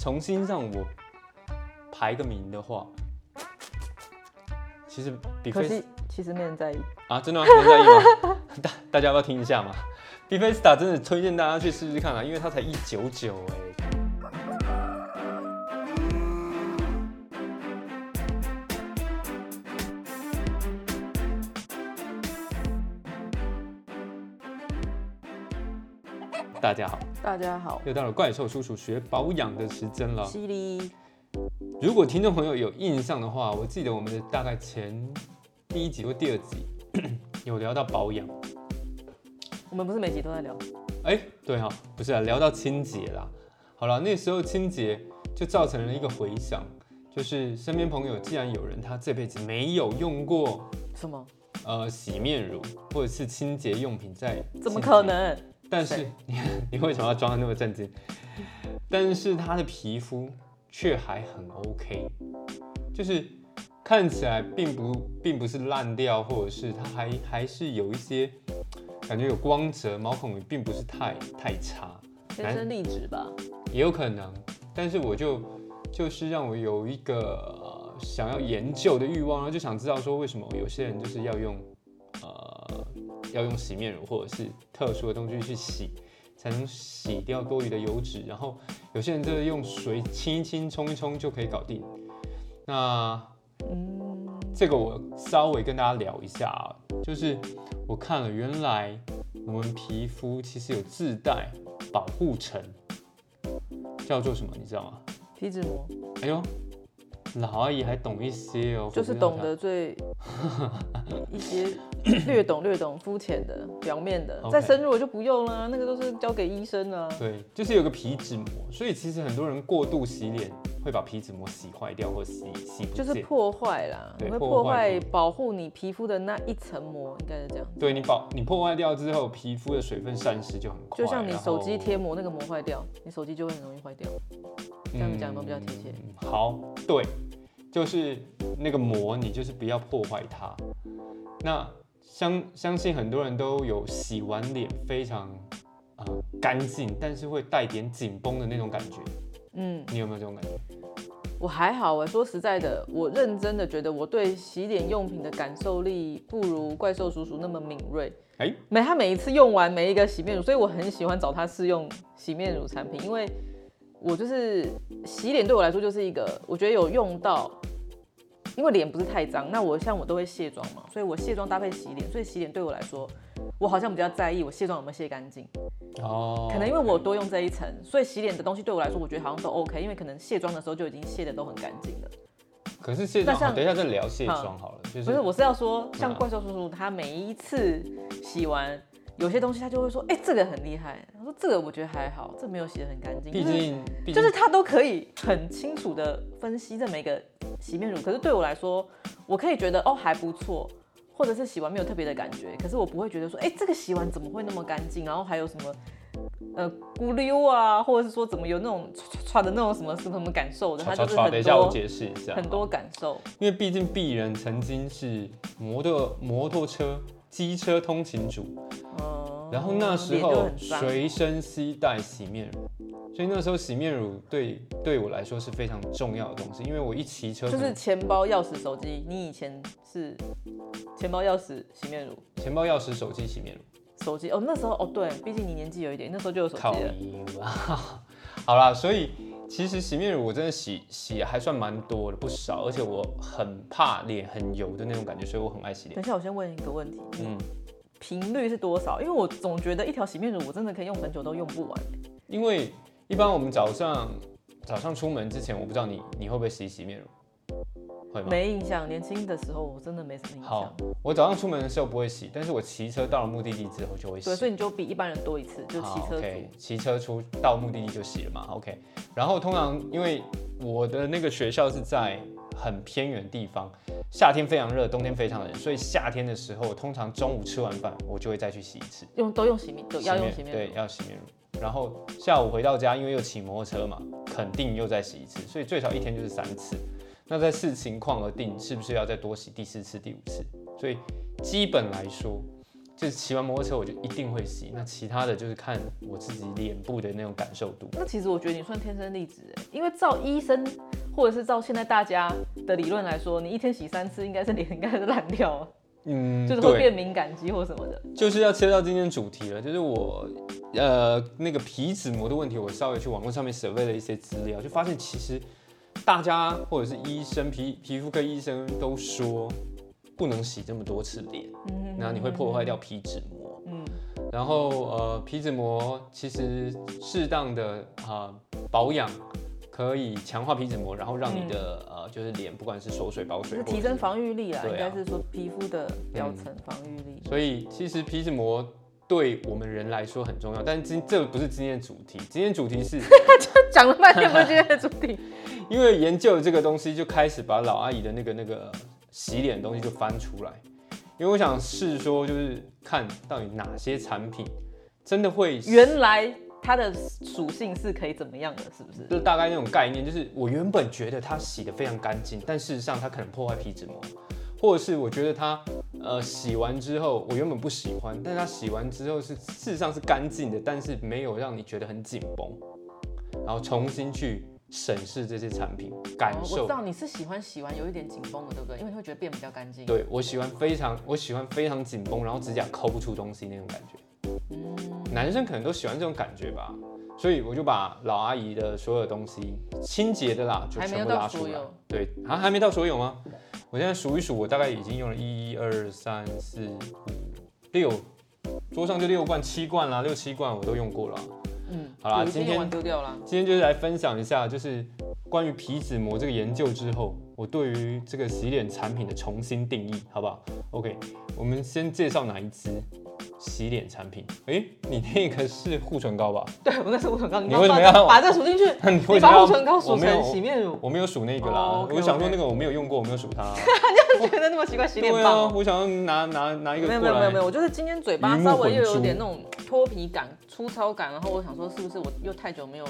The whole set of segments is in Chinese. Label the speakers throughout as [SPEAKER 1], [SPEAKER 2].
[SPEAKER 1] 重新让我排个名的话，其实比
[SPEAKER 2] 可
[SPEAKER 1] 菲
[SPEAKER 2] 惜其实没人在意。
[SPEAKER 1] 啊，真的吗？没在意吗？ 大大家要不要听一下嘛？比菲斯塔真的推荐大家去试试看啊，因为它才一九九哎。大家好，
[SPEAKER 2] 大家好，
[SPEAKER 1] 又到了怪兽叔叔学保养的时间了。
[SPEAKER 2] 犀利，
[SPEAKER 1] 如果听众朋友有印象的话，我记得我们的大概前第一集或第二集 有聊到保养。
[SPEAKER 2] 我们不是每集都在聊，
[SPEAKER 1] 哎，对哈、不是啊，聊到清洁啦。好了，那时候清洁就造成了一个回响，就是身边朋友既然有人他这辈子没有用过
[SPEAKER 2] 什么？
[SPEAKER 1] 呃洗面乳或者是清洁用品在，
[SPEAKER 2] 怎么可？能？
[SPEAKER 1] 但是你 你为什么要装的那么震惊？但是他的皮肤却还很 OK，就是看起来并不并不是烂掉，或者是它还还是有一些感觉有光泽，毛孔也并不是太太差，
[SPEAKER 2] 天生丽质吧？
[SPEAKER 1] 也有可能。但是我就就是让我有一个、呃、想要研究的欲望，然后就想知道说为什么有些人就是要用呃要用洗面乳或者是特殊的东西去洗，才能洗掉多余的油脂。然后有些人就是用水清一清、冲一冲就可以搞定。那
[SPEAKER 2] 嗯，
[SPEAKER 1] 这个我稍微跟大家聊一下啊，就是我看了，原来我们皮肤其实有自带保护层，叫做什么，你知道吗？
[SPEAKER 2] 皮脂膜
[SPEAKER 1] 哎呦，老阿姨还懂一些哦，
[SPEAKER 2] 就是
[SPEAKER 1] 我不知道
[SPEAKER 2] 懂 得最一些略懂略懂肤浅的、表面的，
[SPEAKER 1] OK
[SPEAKER 2] 再深入我就不用了，那个都是交给医生啊了。
[SPEAKER 1] 她。对，就是有个皮脂膜，所以其实很多人过度洗脸会把皮脂膜洗坏掉或洗洗不
[SPEAKER 2] 就
[SPEAKER 1] 见。
[SPEAKER 2] 是破坏啦，
[SPEAKER 1] 对
[SPEAKER 2] 你会
[SPEAKER 1] 破
[SPEAKER 2] 破
[SPEAKER 1] 坏
[SPEAKER 2] 坏保护你皮肤的那一层膜，应该是这样。
[SPEAKER 1] 对你保你破坏掉之后，皮肤的水分散失就很快。
[SPEAKER 2] 就像你
[SPEAKER 1] 然后
[SPEAKER 2] 手机贴膜那个膜坏掉，你手机就会很容易坏掉。这样讲有没有比较贴切
[SPEAKER 1] 嗯好，对，就是那个膜，你就是不要破坏它。那相相信很多人都有洗完脸非常啊、呃干净，但是会带点紧绷的那种感觉，
[SPEAKER 2] 嗯，
[SPEAKER 1] 你有没有这种感觉？
[SPEAKER 2] 我还好哎、说实在的，我认真的觉得我对洗脸用品的感受力不如怪兽叔叔那么敏锐。
[SPEAKER 1] 哎、
[SPEAKER 2] 每他每一次用完每一个洗面乳，所以我很喜欢找他试用洗面乳产品，因为我就是洗脸对我来说就是一个我觉得有用到，因为脸不是太脏，那我像我都会卸妆嘛，所以我卸妆搭配洗脸，所以洗脸对我来说，我好像比较在意我卸妆有没有卸干净，
[SPEAKER 1] 哦，
[SPEAKER 2] 可能因为我多用这一层，所以洗脸的东西对我来说，我觉得好像都 OK，因为可能卸妆的时候就已经卸的都很干净了。
[SPEAKER 1] 可是卸妆，
[SPEAKER 2] 那像
[SPEAKER 1] 好等一下再聊卸妆好了，就是
[SPEAKER 2] 不是，我是要说，像
[SPEAKER 1] 嗯
[SPEAKER 2] 怪兽叔叔，他每一次洗完有些东西，他就会说，哎、这个很厉害。他说这个我觉得还好，这没有洗得很干净。
[SPEAKER 1] 毕
[SPEAKER 2] 就是
[SPEAKER 1] 竟毕竟
[SPEAKER 2] 就是他都可以很清楚的分析这每个洗面乳，可是对我来说，我可以觉得哦还不错，或者是洗完没有特别的感觉，可是我不会觉得说，哎、这个洗完怎么会那么干净？然后还有什么？呃，咕溜啊，或者是说怎么有那种唰唰唰的那种什么什么什么感受的，它
[SPEAKER 1] 唰
[SPEAKER 2] 就
[SPEAKER 1] 唰
[SPEAKER 2] 是
[SPEAKER 1] 唰，等
[SPEAKER 2] 很
[SPEAKER 1] 一下我
[SPEAKER 2] 多
[SPEAKER 1] 解释一啊下，
[SPEAKER 2] 很多感受。
[SPEAKER 1] 因为毕竟鄙人曾经是摩托摩托车、机车通勤族，
[SPEAKER 2] 哦
[SPEAKER 1] 然后那时
[SPEAKER 2] 脸就
[SPEAKER 1] 候
[SPEAKER 2] 很脏
[SPEAKER 1] 随身携带洗面乳，所以那时候洗面乳对对我来说是非常重要的东西，因为我一骑车
[SPEAKER 2] 就
[SPEAKER 1] 可
[SPEAKER 2] 是
[SPEAKER 1] 能
[SPEAKER 2] 钱包、钥匙、手机。你以前是钱包、钥匙、洗面乳、
[SPEAKER 1] 钱包、钥匙、手机、洗面乳，
[SPEAKER 2] 手机。哦，那时候哦，对，毕竟你年纪有一点，那时候就有手
[SPEAKER 1] 靠
[SPEAKER 2] 机了。
[SPEAKER 1] 你吧。 好啦，所以其实洗面乳我真的洗洗还算蛮多的，不少，而且我很怕脸很油的那种感觉，所以我很爱洗脸
[SPEAKER 2] 等。一下，我先问一个问题，
[SPEAKER 1] 嗯
[SPEAKER 2] 你，频率是多少？因为我总觉得一条洗面乳我真的可以用很久都用不完。
[SPEAKER 1] 因为一般我们早上早上出门之前，我不知道你你会不会洗洗面乳，会吗？
[SPEAKER 2] 没印象，年轻的时候我真的没什么印
[SPEAKER 1] 好
[SPEAKER 2] 象。，
[SPEAKER 1] 我早上出门的时候不会洗，但是我骑车到了目的地之后就会洗
[SPEAKER 2] 对，。所以你就比一般人多一次，就骑
[SPEAKER 1] 好
[SPEAKER 2] 车
[SPEAKER 1] OK，
[SPEAKER 2] 族。
[SPEAKER 1] 骑车出到目的地就洗了嘛，OK。然后通常因为我的那个学校是在很偏远的地方，夏天非常热，冬天非常冷，所以夏天的时候，通常中午吃完饭我就会再去洗一次，
[SPEAKER 2] 用都用洗面，都要用洗面
[SPEAKER 1] 对，
[SPEAKER 2] 乳。
[SPEAKER 1] 要洗面乳。然后下午回到家，因为又骑摩托车嘛，肯定又再洗一次，所以最少一天就是三次。那在视情况而定，是不是要再多洗第四次、第五次？所以基本来说，就是骑完摩托车我就一定会洗，那其他的就是看我自己脸部的那种感受度。
[SPEAKER 2] 那其实我觉得你算天生丽质哎，因为照医生或者是照现在大家的理论来说，你一天洗三次，应该是脸应该是烂掉了，
[SPEAKER 1] 嗯，
[SPEAKER 2] 就是会
[SPEAKER 1] 对，
[SPEAKER 2] 变敏感肌或什么的。
[SPEAKER 1] 就是要切到今天主题了，就是我呃那个皮脂膜的问题，我稍微去网络上面 survey 了一些资料，就发现其实大家或者是医生皮皮肤科医生都说不能洗这么多次脸，
[SPEAKER 2] 嗯
[SPEAKER 1] 那你会破坏掉皮脂膜。
[SPEAKER 2] 嗯
[SPEAKER 1] 然后呃，皮脂膜其实适当的啊、保养可以强化皮脂膜，然后让你的、呃就是脸不管是锁水、保水
[SPEAKER 2] 嗯是，
[SPEAKER 1] 或者
[SPEAKER 2] 提升防御力啦，
[SPEAKER 1] 对啊
[SPEAKER 2] 应该是说皮肤的表层防御力。
[SPEAKER 1] 所以其实皮脂膜对我们人来说很重要，但今这不是今天的主题，今天主题是
[SPEAKER 2] 讲了半天不是今天的主题，
[SPEAKER 1] 因为研究这个东西，就开始把老阿姨的那个那个洗脸的东西就翻出来，因为我想试说就是看到底哪些产品真的会
[SPEAKER 2] 原来它的属性是可以怎么样的，是不是？
[SPEAKER 1] 就是大概那种概念，就是我原本觉得它洗得非常干净，但事实上它可能破坏皮脂膜，或者是我觉得它呃洗完之后我原本不喜欢，但是它洗完之后是事实上是干净的，但是没有让你觉得很紧绷，然后重新去审视这些产品，感
[SPEAKER 2] 哦我
[SPEAKER 1] 受。
[SPEAKER 2] 知道你是喜欢洗完有一点紧绷的，对不对？因为你会觉得变比较干净。
[SPEAKER 1] 对我喜欢非常我喜欢非常紧绷，然后指甲抠不出东西那种感觉。
[SPEAKER 2] 嗯
[SPEAKER 1] 男生可能都喜欢这种感觉吧，所以我就把老阿姨的所有东西清洁的啦，就
[SPEAKER 2] 还没
[SPEAKER 1] 全
[SPEAKER 2] 有
[SPEAKER 1] 部
[SPEAKER 2] 到
[SPEAKER 1] 拉出
[SPEAKER 2] 所
[SPEAKER 1] 来
[SPEAKER 2] 有。
[SPEAKER 1] 对，啊，还没到所有吗？我现在数一数，我大概已经用了一二三四五六，桌上就六罐七罐啦，六七罐我都用过了。
[SPEAKER 2] 嗯，
[SPEAKER 1] 好啦
[SPEAKER 2] 有一些
[SPEAKER 1] 今天
[SPEAKER 2] 用完丢掉 啦。
[SPEAKER 1] 今天就是来分享一下，就是关于皮脂膜这个研究之后，我对于这个洗脸产品的重新定义，好不好？OK，我们先介绍哪一支洗脸产品？诶、你那个是护唇膏吧？
[SPEAKER 2] 对，我那是护唇膏，
[SPEAKER 1] 你为什么要
[SPEAKER 2] 把把这个数进去？
[SPEAKER 1] 你为什么
[SPEAKER 2] 你把
[SPEAKER 1] 要
[SPEAKER 2] 护唇膏
[SPEAKER 1] 我
[SPEAKER 2] 数
[SPEAKER 1] 没有
[SPEAKER 2] 成洗面乳，
[SPEAKER 1] 我没有数那个啦
[SPEAKER 2] 哦，OK，OK
[SPEAKER 1] 我想说那个我没有用过，我没有数它、
[SPEAKER 2] 觉得那么奇怪，洗脸
[SPEAKER 1] 对
[SPEAKER 2] 棒
[SPEAKER 1] 啊，
[SPEAKER 2] 哦。
[SPEAKER 1] 我想要拿拿拿一个
[SPEAKER 2] 没
[SPEAKER 1] 过
[SPEAKER 2] 有
[SPEAKER 1] 来。
[SPEAKER 2] 没有没有没有，我就是今天嘴巴稍微又有点那种脱皮感、粗糙感，然后我想说是不是我又太久没有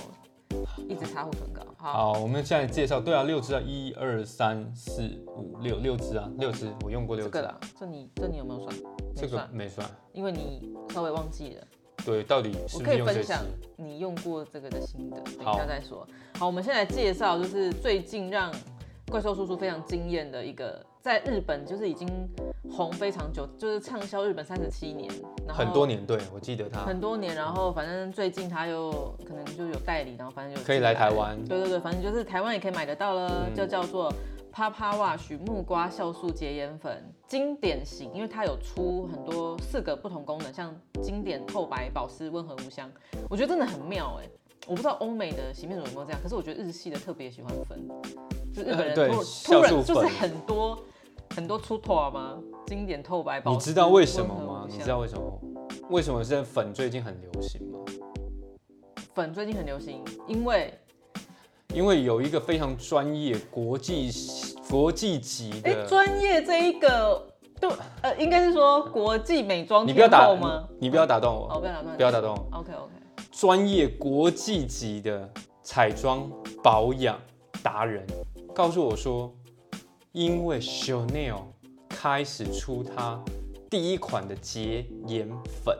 [SPEAKER 2] 一直擦护唇膏？好，
[SPEAKER 1] 好，我们现在介绍，对啊，六支啊，一二三四五六六支啊，六支，我用过六
[SPEAKER 2] 这
[SPEAKER 1] 支。
[SPEAKER 2] 个啦，这你这你有没有算？
[SPEAKER 1] 这个
[SPEAKER 2] 没算，
[SPEAKER 1] 没算。
[SPEAKER 2] 因为你稍微忘记了。
[SPEAKER 1] 对，到底
[SPEAKER 2] 我
[SPEAKER 1] 是不
[SPEAKER 2] 可
[SPEAKER 1] 是
[SPEAKER 2] 以
[SPEAKER 1] 用这
[SPEAKER 2] 分
[SPEAKER 1] 支
[SPEAKER 2] 享？你用过这个的心得，等
[SPEAKER 1] 好
[SPEAKER 2] 一下再说。好，我们先来介绍，就是最近让怪兽叔叔非常惊艳的一个，在日本就是已经红非常久，就是畅销日本三十七年，然后
[SPEAKER 1] 很多年，对我记得它。
[SPEAKER 2] 很多年，然后反正最近他又可能就有代理，然后反正就
[SPEAKER 1] 可以来台湾
[SPEAKER 2] 对对对，反正就是台湾也可以买得到了，
[SPEAKER 1] 嗯
[SPEAKER 2] 就叫做 Papa Wash 木瓜酵素洁颜粉经典型，因为它有出很多四个不同功能，像经典、透白、保湿、温和、无香，我觉得真的很妙哎、我不知道欧美的洗面乳有没有这样，可是我觉得日系的特别喜欢分，就日本人突、
[SPEAKER 1] 呃对
[SPEAKER 2] 突
[SPEAKER 1] 酵素
[SPEAKER 2] 然
[SPEAKER 1] 粉
[SPEAKER 2] 就是很多很多出头吗？经典透白保湿，
[SPEAKER 1] 你知道为什么
[SPEAKER 2] 温和
[SPEAKER 1] 吗
[SPEAKER 2] 无？
[SPEAKER 1] 你
[SPEAKER 2] 香
[SPEAKER 1] 知道为什么？为什么现在粉最近很流行吗？
[SPEAKER 2] 粉最近很流行，因为
[SPEAKER 1] 因为有一个非常专业、国际国际级
[SPEAKER 2] 哎，
[SPEAKER 1] 的，
[SPEAKER 2] 专业这一个，对，呃，应该是说国际美妆
[SPEAKER 1] 你不要打
[SPEAKER 2] 天后吗？
[SPEAKER 1] 你不要打断我，
[SPEAKER 2] 哦，不要打断，
[SPEAKER 1] 不要打断我。
[SPEAKER 2] OK OK，
[SPEAKER 1] 专业国际级的彩妆保养达人告诉我说，因为 Chanel 开始出它第一款的洁颜粉，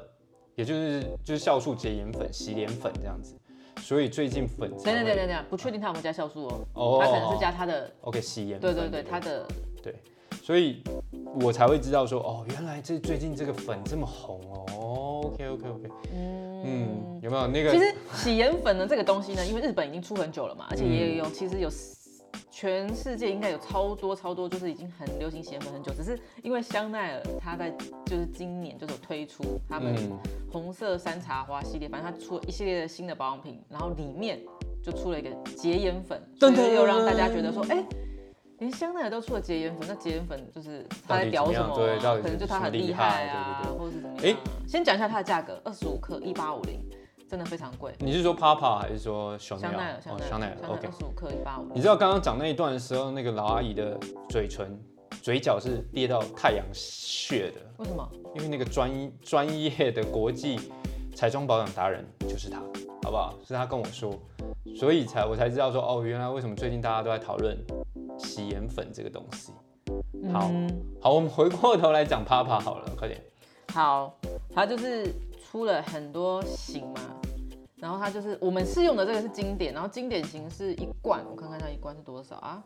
[SPEAKER 1] 也就是就是酵素洁颜粉、洗脸粉这样子，所以最近粉才
[SPEAKER 2] 等等等
[SPEAKER 1] 会
[SPEAKER 2] 等等，不确定他有没有加酵素哦，
[SPEAKER 1] 哦
[SPEAKER 2] 他可能是加他的，
[SPEAKER 1] OK 洗颜
[SPEAKER 2] 对
[SPEAKER 1] 粉，
[SPEAKER 2] 对对，他的
[SPEAKER 1] 对，所以我才会知道说，哦，原来这最近这个粉这么红哦。OK OK OK，嗯，有没有那个？
[SPEAKER 2] 其实洗颜粉呢这个东西呢，因为日本已经出很久了嘛，而且也
[SPEAKER 1] 嗯
[SPEAKER 2] 有、其实有 s- 全世界应该有超多超多，就是已经很流行洗颜粉很久，只是因为香奈儿它在就是今年就是有推出他们
[SPEAKER 1] 嗯
[SPEAKER 2] 红色山茶花系列，反正它出了一系列的新的保养品，然后里面就出了一个洁颜粉，所
[SPEAKER 1] 噔
[SPEAKER 2] 以
[SPEAKER 1] 噔
[SPEAKER 2] 又让大家觉得说，哎、连香奈儿都出了洁颜粉，那洁颜粉就是它在屌什么、
[SPEAKER 1] 到底怎么样对到
[SPEAKER 2] 啊？
[SPEAKER 1] 底
[SPEAKER 2] 可能就它很
[SPEAKER 1] 什么厉
[SPEAKER 2] 厉
[SPEAKER 1] 害
[SPEAKER 2] 害啊，
[SPEAKER 1] 对对
[SPEAKER 2] 或者是怎么样、啊？先讲一下它的价格，二十五克一八五零，真的非常贵。
[SPEAKER 1] 你是说 Papa 还是说 Chanel？
[SPEAKER 2] 香奈儿，香
[SPEAKER 1] 哦
[SPEAKER 2] 奈
[SPEAKER 1] 香
[SPEAKER 2] 儿，香
[SPEAKER 1] 奈
[SPEAKER 2] 奈
[SPEAKER 1] 儿
[SPEAKER 2] 儿
[SPEAKER 1] OK
[SPEAKER 2] 二。十五克一八五
[SPEAKER 1] 你知道刚刚讲那一段的时候，那个老阿姨的嘴唇、嘴角是裂到太阳穴的，
[SPEAKER 2] 为什么？
[SPEAKER 1] 因为那个专一专业的国际彩妆保养达人就是他，好不好？是他跟我说，所以才我才知道说哦，原来为什么最近大家都在讨论洗颜粉这个东西。好
[SPEAKER 2] 嗯
[SPEAKER 1] 好，我们回过头来讲 Papa 好了，快点。
[SPEAKER 2] 好，它就是出了很多型嘛，然后它就是我们试用的这个是经典，然后经典型是一罐，我看看它一罐是多少啊？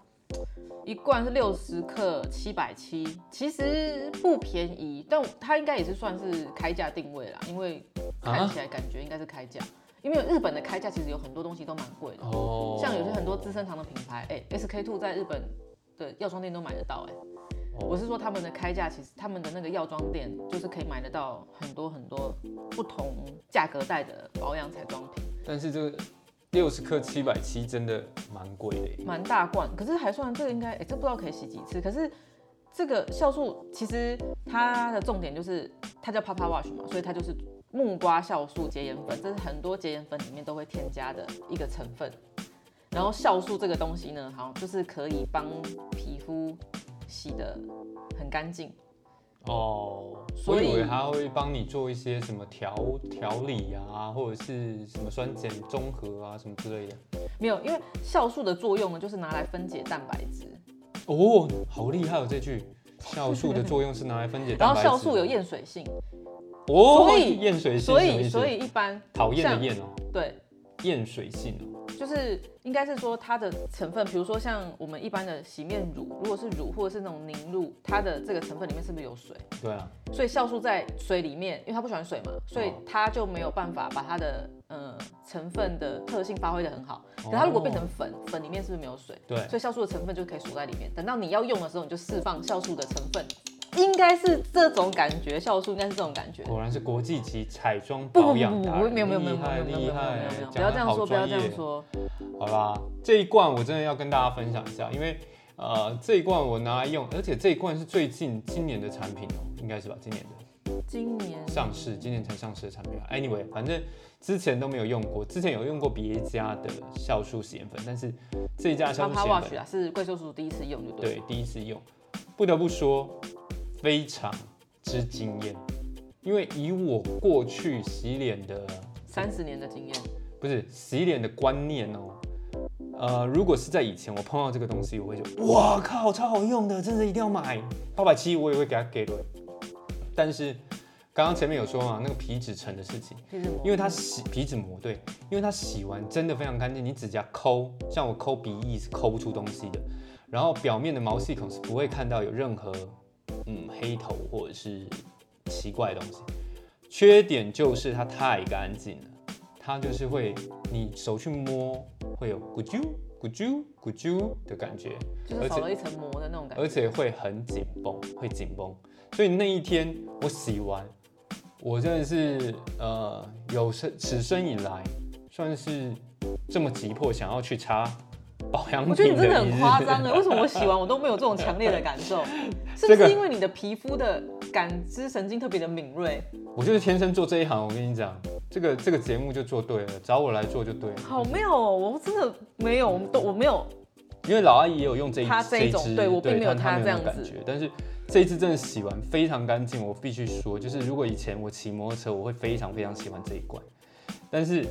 [SPEAKER 2] 一罐是六十克，七百七，其实不便宜，但它应该也是算是开价定位啦，因为
[SPEAKER 1] 啊
[SPEAKER 2] 看起来感觉应该是开价，因为日本的开价其实有很多东西都蛮贵的，
[SPEAKER 1] 哦，
[SPEAKER 2] 像有些很多资生堂的品牌，哎、s k two 在日本的药妆店都买得到、哎。
[SPEAKER 1] 哦
[SPEAKER 2] 我是说他们的开价，其实他们的那个药妆店就是可以买得到很多很多不同价格带的保养彩妆品，
[SPEAKER 1] 但是这个六十克七百七真的蛮贵的耶，
[SPEAKER 2] 蛮大罐，可是还算这个应该，哎、这不知道可以洗几次，可是。这个酵素其实它的重点就是它叫 Papa Wash 嘛，所以它就是木瓜酵素洁颜粉，这是很多洁颜粉里面都会添加的一个成分。然后酵素这个东西呢，好就是可以帮皮肤洗得很干净，
[SPEAKER 1] 哦，
[SPEAKER 2] 所
[SPEAKER 1] 我以
[SPEAKER 2] 以
[SPEAKER 1] 为它会帮你做一些什么调调理啊，或者是什么酸碱中和啊什么之类的。
[SPEAKER 2] 没有，因为酵素的作用呢，就是拿来分解蛋白质，
[SPEAKER 1] 哦，好厉害哦这句。酵素的作用是拿来分解
[SPEAKER 2] 然
[SPEAKER 1] 蛋
[SPEAKER 2] 后
[SPEAKER 1] 白质，
[SPEAKER 2] 酵素有厌水性，
[SPEAKER 1] 哦，
[SPEAKER 2] 所以
[SPEAKER 1] 厌水性，
[SPEAKER 2] 所
[SPEAKER 1] 什么意
[SPEAKER 2] 以
[SPEAKER 1] 思
[SPEAKER 2] 所以一般
[SPEAKER 1] 讨厌
[SPEAKER 2] 像
[SPEAKER 1] 的厌哦，
[SPEAKER 2] 对，
[SPEAKER 1] 厌水性哦，
[SPEAKER 2] 就是应该是说它的成分，比如说像我们一般的洗面乳，如果是乳或者是那种凝露，它的这个成分里面是不是有水？
[SPEAKER 1] 对啊，
[SPEAKER 2] 所以酵素在水里面，因为它不喜欢水嘛，所以
[SPEAKER 1] 哦
[SPEAKER 2] 它就没有办法把它的呃成分的特性发挥得很好。可它如果变成粉，粉里面是不是没有水？
[SPEAKER 1] 对
[SPEAKER 2] 所以酵素的成分就可以锁在里面。等到你要用的时候，你就释放酵素的成分，应该是这种感觉，酵素应该是这种感觉。
[SPEAKER 1] 果然是国际级彩妆
[SPEAKER 2] 不不不
[SPEAKER 1] 保
[SPEAKER 2] 不
[SPEAKER 1] 养达
[SPEAKER 2] 不，
[SPEAKER 1] 人，
[SPEAKER 2] 没有没有没有没有
[SPEAKER 1] 厉害
[SPEAKER 2] 没有没有没有没
[SPEAKER 1] 厉
[SPEAKER 2] 有
[SPEAKER 1] 害
[SPEAKER 2] 没有没有，，不
[SPEAKER 1] 讲
[SPEAKER 2] 要
[SPEAKER 1] 得
[SPEAKER 2] 这样
[SPEAKER 1] 好
[SPEAKER 2] 说，不要
[SPEAKER 1] 专
[SPEAKER 2] 这样
[SPEAKER 1] 业
[SPEAKER 2] 说。
[SPEAKER 1] 好啦，这一罐我真的要跟大家分享一下，因为呃这一罐我拿来用，而且这一罐是最近今年的产品哦，应该是吧，今年的
[SPEAKER 2] 今年
[SPEAKER 1] 上市，今年才上市的产品啊。Anyway，反正之前都没有用过，之前有用过别家的酵素洗颜粉，但是这一家的酵素洗
[SPEAKER 2] Papa
[SPEAKER 1] 颜
[SPEAKER 2] Wash
[SPEAKER 1] 粉，
[SPEAKER 2] 啊，是贵秀叔叔第一次用，就对了。
[SPEAKER 1] 对，第一次用，不得不说非常之惊艳，因为以我过去洗脸的
[SPEAKER 2] 三十年的经验，
[SPEAKER 1] 不是洗脸的观念哦。呃，如果是在以前，我碰到这个东西，我会觉得哇靠，超好用的，真的一定要买。八百七我也会给它给了，但是刚刚前面有说嘛，那个皮脂层的事情，
[SPEAKER 2] 其实
[SPEAKER 1] 因为它洗皮脂膜对，因为它洗完真的非常干净，你指甲抠，像我抠鼻翼是抠不出东西的，然后表面的毛细孔是不会看到有任何嗯黑头或者是奇怪的东西。缺点就是它太干净了，它就是会你手去摸会有咕啾咕啾咕啾的感觉，
[SPEAKER 2] 就是少了一层膜的那种感
[SPEAKER 1] 而
[SPEAKER 2] 觉。
[SPEAKER 1] 且会很紧绷，会紧绷。所以那一天我洗完，我真的是呃有生此生以来算是这么急迫想要去擦保养
[SPEAKER 2] 我
[SPEAKER 1] 品
[SPEAKER 2] 觉得你真的
[SPEAKER 1] 一
[SPEAKER 2] 很
[SPEAKER 1] 日
[SPEAKER 2] 夸张哎，为什么我洗完我都没有这种强烈的感受？是不
[SPEAKER 1] 这个
[SPEAKER 2] 是因为你的皮肤的感知神经特别的敏锐？
[SPEAKER 1] 我就是天生做这一行，我跟你讲，这个这个节目就做对了，找我来做就对了。
[SPEAKER 2] 好妙哦，我真的没有，我都我没有，
[SPEAKER 1] 因为老阿姨也有用这一
[SPEAKER 2] 她这一种
[SPEAKER 1] 支，
[SPEAKER 2] 对我并没有
[SPEAKER 1] 她
[SPEAKER 2] 她
[SPEAKER 1] 没
[SPEAKER 2] 这样
[SPEAKER 1] 感
[SPEAKER 2] 子
[SPEAKER 1] 觉，但是这一支真的洗完非常干净，我必须说，就是如果以前我骑摩托车，我会非常非常喜欢这一罐，但是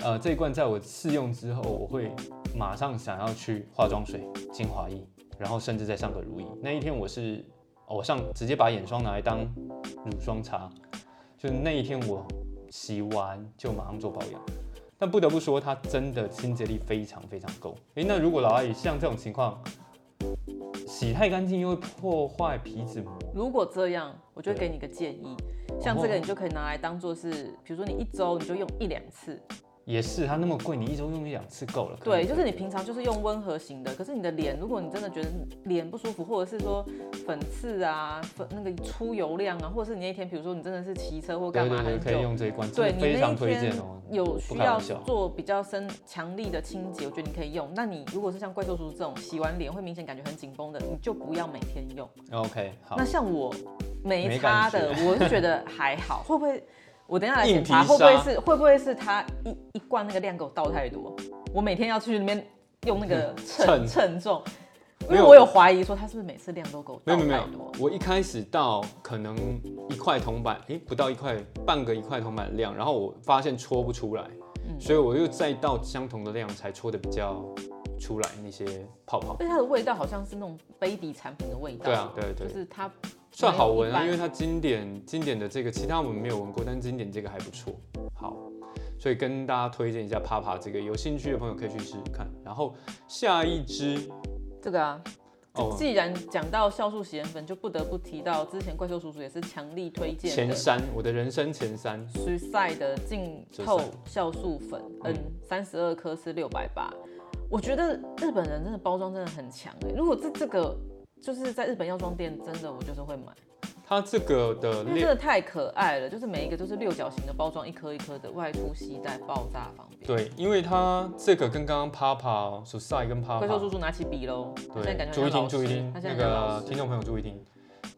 [SPEAKER 1] 呃这一罐在我试用之后，我会马上想要去化妆水、精华液，然后甚至再上个乳液。那一天我是哦我上直接把眼霜拿来当乳霜擦，就是那一天我洗完就马上做保养。但不得不说，它真的清洁力非常非常够。诶，那如果老阿姨像这种情况，洗太干净又会破坏皮脂膜，
[SPEAKER 2] 如果这样，我就会
[SPEAKER 1] 对
[SPEAKER 2] 给你一个建议，像
[SPEAKER 1] 哦
[SPEAKER 2] 这个你就可以拿来当做是，比如说你一周你就用一两次，
[SPEAKER 1] 也是它那么贵，你一周用一两次够了。可能
[SPEAKER 2] 对，就是你平常就是用温和型的，可是你的脸，如果你真的觉得脸不舒服，或者是说粉刺啊、粉那个出油量啊，或者是你那一天，比如说你真的是骑车或干
[SPEAKER 1] 对
[SPEAKER 2] 嘛
[SPEAKER 1] 对对，
[SPEAKER 2] 很
[SPEAKER 1] 可以
[SPEAKER 2] 久，
[SPEAKER 1] 用这一罐，真
[SPEAKER 2] 对
[SPEAKER 1] 的
[SPEAKER 2] 你
[SPEAKER 1] 非
[SPEAKER 2] 那一
[SPEAKER 1] 常推荐
[SPEAKER 2] 天
[SPEAKER 1] 哦。
[SPEAKER 2] 有
[SPEAKER 1] 不
[SPEAKER 2] 需
[SPEAKER 1] 开
[SPEAKER 2] 要
[SPEAKER 1] 玩笑
[SPEAKER 2] 做比较深强力的清洁，我觉得你可以用。那你如果是像怪兽叔叔这种洗完脸会明显感觉很紧绷的，你就不要每天用。
[SPEAKER 1] OK，好
[SPEAKER 2] 那，像我没
[SPEAKER 1] 没
[SPEAKER 2] 擦
[SPEAKER 1] 感
[SPEAKER 2] 的，我是觉得还 好，会不会？我等一下来
[SPEAKER 1] 硬
[SPEAKER 2] 检
[SPEAKER 1] 皮
[SPEAKER 2] 查，会不会
[SPEAKER 1] 沙
[SPEAKER 2] 是会不会是他一一罐那个量给我倒太多？我每天要去那边用那个
[SPEAKER 1] 称
[SPEAKER 2] 称称重，
[SPEAKER 1] 没
[SPEAKER 2] 因为
[SPEAKER 1] 有
[SPEAKER 2] 我有怀疑说他是不是每次量都给我
[SPEAKER 1] 没有
[SPEAKER 2] 倒
[SPEAKER 1] 没有没
[SPEAKER 2] 太
[SPEAKER 1] 有
[SPEAKER 2] 多，，
[SPEAKER 1] 我一开始到可能一块铜板，诶，不到一块，半个一块铜板的量，然后我发现搓不出来，
[SPEAKER 2] 嗯
[SPEAKER 1] 所以我又再到相同的量才搓的比较出来那些泡泡。
[SPEAKER 2] 而且它的味道好像是那种 baby 产品的味道，
[SPEAKER 1] 对啊，对对
[SPEAKER 2] 就是它
[SPEAKER 1] 算好闻
[SPEAKER 2] 一
[SPEAKER 1] 啊，
[SPEAKER 2] 般
[SPEAKER 1] 因为它经典经典的这个，其他我们没有闻过，但经典这个还不错。好，所以跟大家推荐一下啪啪这个，有兴趣的朋友可以去试试看。然后下一支
[SPEAKER 2] 这个啊，
[SPEAKER 1] 哦，
[SPEAKER 2] 既然讲到酵素洗颜粉，就不得不提到之前怪兽叔叔也是强力推荐
[SPEAKER 1] 前
[SPEAKER 2] 的
[SPEAKER 1] 三，我的人生前三，
[SPEAKER 2] Suicide 的净透酵素粉
[SPEAKER 1] 嗯
[SPEAKER 2] N 三十二颗是六百八，我觉得日本人真的包装真的很强哎、如果这这个就是在日本药妆店，真的我就是会买，
[SPEAKER 1] 它这个的
[SPEAKER 2] 因为真
[SPEAKER 1] 量
[SPEAKER 2] 的太可爱了，就是每一个都是六角形的包装，一颗一颗的，外出携带爆炸方便。
[SPEAKER 1] 对，因为它这个跟刚刚啪啪哦 s u c i 跟啪
[SPEAKER 2] 怪
[SPEAKER 1] 啪
[SPEAKER 2] 兽，叔叔拿起笔喽，他现在
[SPEAKER 1] 对，
[SPEAKER 2] 感觉
[SPEAKER 1] 注意
[SPEAKER 2] 很
[SPEAKER 1] 听，
[SPEAKER 2] 像老
[SPEAKER 1] 注意
[SPEAKER 2] 师
[SPEAKER 1] 听，，
[SPEAKER 2] 他现
[SPEAKER 1] 那
[SPEAKER 2] 在很像老
[SPEAKER 1] 个
[SPEAKER 2] 师
[SPEAKER 1] 听众朋友注意听，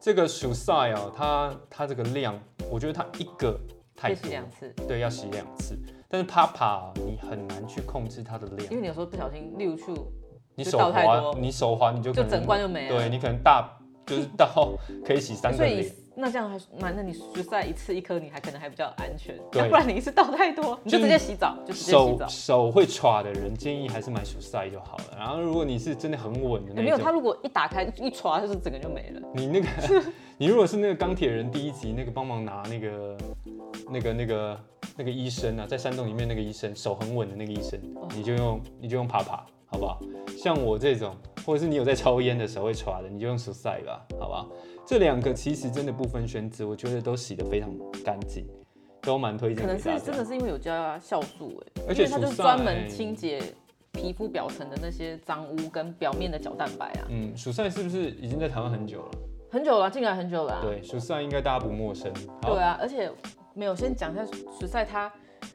[SPEAKER 1] 这个 s u c i 啊，它它这个量，我觉得它一个太
[SPEAKER 2] 可以洗
[SPEAKER 1] 多了
[SPEAKER 2] 两。次，
[SPEAKER 1] 对，要洗两次。但是啪啪，你很难去控制它的
[SPEAKER 2] 因为
[SPEAKER 1] 量，
[SPEAKER 2] 你有时候不小心溜去
[SPEAKER 1] 你
[SPEAKER 2] 就
[SPEAKER 1] 手
[SPEAKER 2] 倒太
[SPEAKER 1] 滑
[SPEAKER 2] 多，
[SPEAKER 1] 你手滑你就可
[SPEAKER 2] 就
[SPEAKER 1] 能
[SPEAKER 2] 整罐就没了。
[SPEAKER 1] 对你可能大就是到 可以洗三个
[SPEAKER 2] 所以
[SPEAKER 1] 脸，
[SPEAKER 2] 那这样还那那你就算一次一颗，你还可能还比较安全。
[SPEAKER 1] 对
[SPEAKER 2] 要不然你一次倒太多，你就直接洗澡，就直接洗
[SPEAKER 1] 手
[SPEAKER 2] 澡。
[SPEAKER 1] 手会歘的人，建议还是买 s u s i 就好了。然后如果你是真的很稳的
[SPEAKER 2] 没有，
[SPEAKER 1] 那
[SPEAKER 2] 它
[SPEAKER 1] 种，
[SPEAKER 2] 如果一打开一刷，就是整个就没了。
[SPEAKER 1] 你那个 你如果是那个钢铁人第一集那个帮忙拿那个那个那个那个医生啊，在山洞里面那个医生手很稳的那个医生
[SPEAKER 2] 哦，
[SPEAKER 1] 你就用你就用啪啪，好不好？像我这种，或者是你有在抽烟的时候会刷的，你就用 s u s i 吧，好不好？这两个其实真的不分轩轾，我觉得都洗得非常干净，都蛮推荐
[SPEAKER 2] 可
[SPEAKER 1] 给
[SPEAKER 2] 能
[SPEAKER 1] 大
[SPEAKER 2] 是
[SPEAKER 1] 家
[SPEAKER 2] 真。的是因为有加酵素哎、
[SPEAKER 1] 而且
[SPEAKER 2] 因为它就是
[SPEAKER 1] 蔬菜
[SPEAKER 2] 专门清洁皮肤表层的那些脏污跟表面的角蛋白啊。
[SPEAKER 1] 嗯，s u s i 是不是已经在台湾很久了？
[SPEAKER 2] 很久了、进来很久了、啊。
[SPEAKER 1] 对 s u s i 应该大家不陌生。好
[SPEAKER 2] 对，啊，而且没有先讲一下，实在它，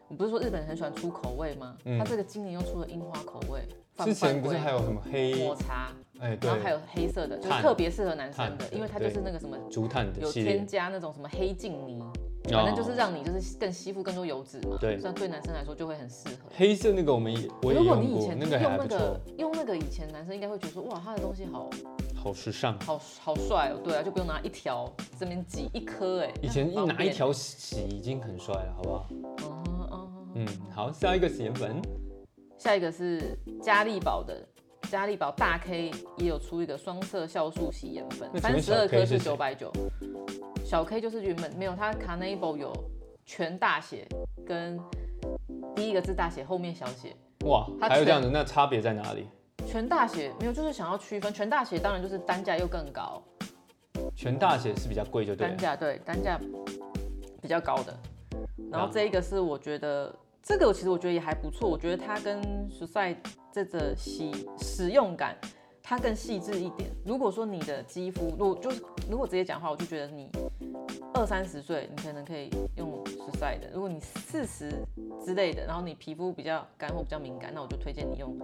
[SPEAKER 2] 我不是说日本人很喜欢出口味吗？
[SPEAKER 1] 嗯
[SPEAKER 2] 它这个今年又出了樱花口味，
[SPEAKER 1] 之前
[SPEAKER 2] 饭
[SPEAKER 1] 不是
[SPEAKER 2] 味
[SPEAKER 1] 还有什么黑
[SPEAKER 2] 抹茶，
[SPEAKER 1] 哎、对
[SPEAKER 2] 然后还有黑色的，就是
[SPEAKER 1] 碳
[SPEAKER 2] 特别适合男生的
[SPEAKER 1] 碳，的
[SPEAKER 2] 因为它就是那个什么
[SPEAKER 1] 竹炭的
[SPEAKER 2] 有
[SPEAKER 1] 系列哦
[SPEAKER 2] 添，加那种什么黑净泥，反正就是让你就是更吸附更多油脂嘛。
[SPEAKER 1] 对
[SPEAKER 2] 所以对男生来说就会很适合。
[SPEAKER 1] 黑色那个我们也我也
[SPEAKER 2] 如果
[SPEAKER 1] 用
[SPEAKER 2] 你以
[SPEAKER 1] 过，
[SPEAKER 2] 前
[SPEAKER 1] 那
[SPEAKER 2] 用
[SPEAKER 1] 个还
[SPEAKER 2] 那
[SPEAKER 1] 不错
[SPEAKER 2] 个，用那个以前男生应该会觉得说哇他的东西好
[SPEAKER 1] 好时尚。
[SPEAKER 2] 好好帅哦，对啊就不用拿一条这边挤一颗哎，
[SPEAKER 1] 以前一
[SPEAKER 2] 那很方
[SPEAKER 1] 拿一
[SPEAKER 2] 便，
[SPEAKER 1] 条洗已经很帅了，好不好？
[SPEAKER 2] 嗯嗯，
[SPEAKER 1] 嗯，好，下一个洗颜粉，
[SPEAKER 2] 下一个是嘉利宝的，嘉利宝大 K 也有出一个双色酵素洗颜粉
[SPEAKER 1] 那，请问
[SPEAKER 2] 三十
[SPEAKER 1] 小
[SPEAKER 2] 二
[SPEAKER 1] K 是
[SPEAKER 2] 颗是
[SPEAKER 1] 谁
[SPEAKER 2] 九百九。小 K 就是原本没有，它 Carnival 有全大写跟第一个字大写，后面小写。
[SPEAKER 1] 哇，
[SPEAKER 2] 它
[SPEAKER 1] 还有
[SPEAKER 2] 全
[SPEAKER 1] 这样的，那差别在哪里？
[SPEAKER 2] 全大写没有，就是想要区分。全大写当然就是单价又更高，
[SPEAKER 1] 全大写是比较贵就对
[SPEAKER 2] 单
[SPEAKER 1] 了，
[SPEAKER 2] 价对单价比较高的。然
[SPEAKER 1] 然
[SPEAKER 2] 后
[SPEAKER 1] 后
[SPEAKER 2] 这一个是我觉得这个我其实我觉得也还不错，我觉得它跟 s u s i 这个洗使用感它更细致一点。如果说你的肌肤，如果就是如果直接讲话，我就觉得你二三十岁，你可能可以用 s u s i 的；如果你四十之类的，然后你皮肤比较干或比较敏感，那我就推荐你用。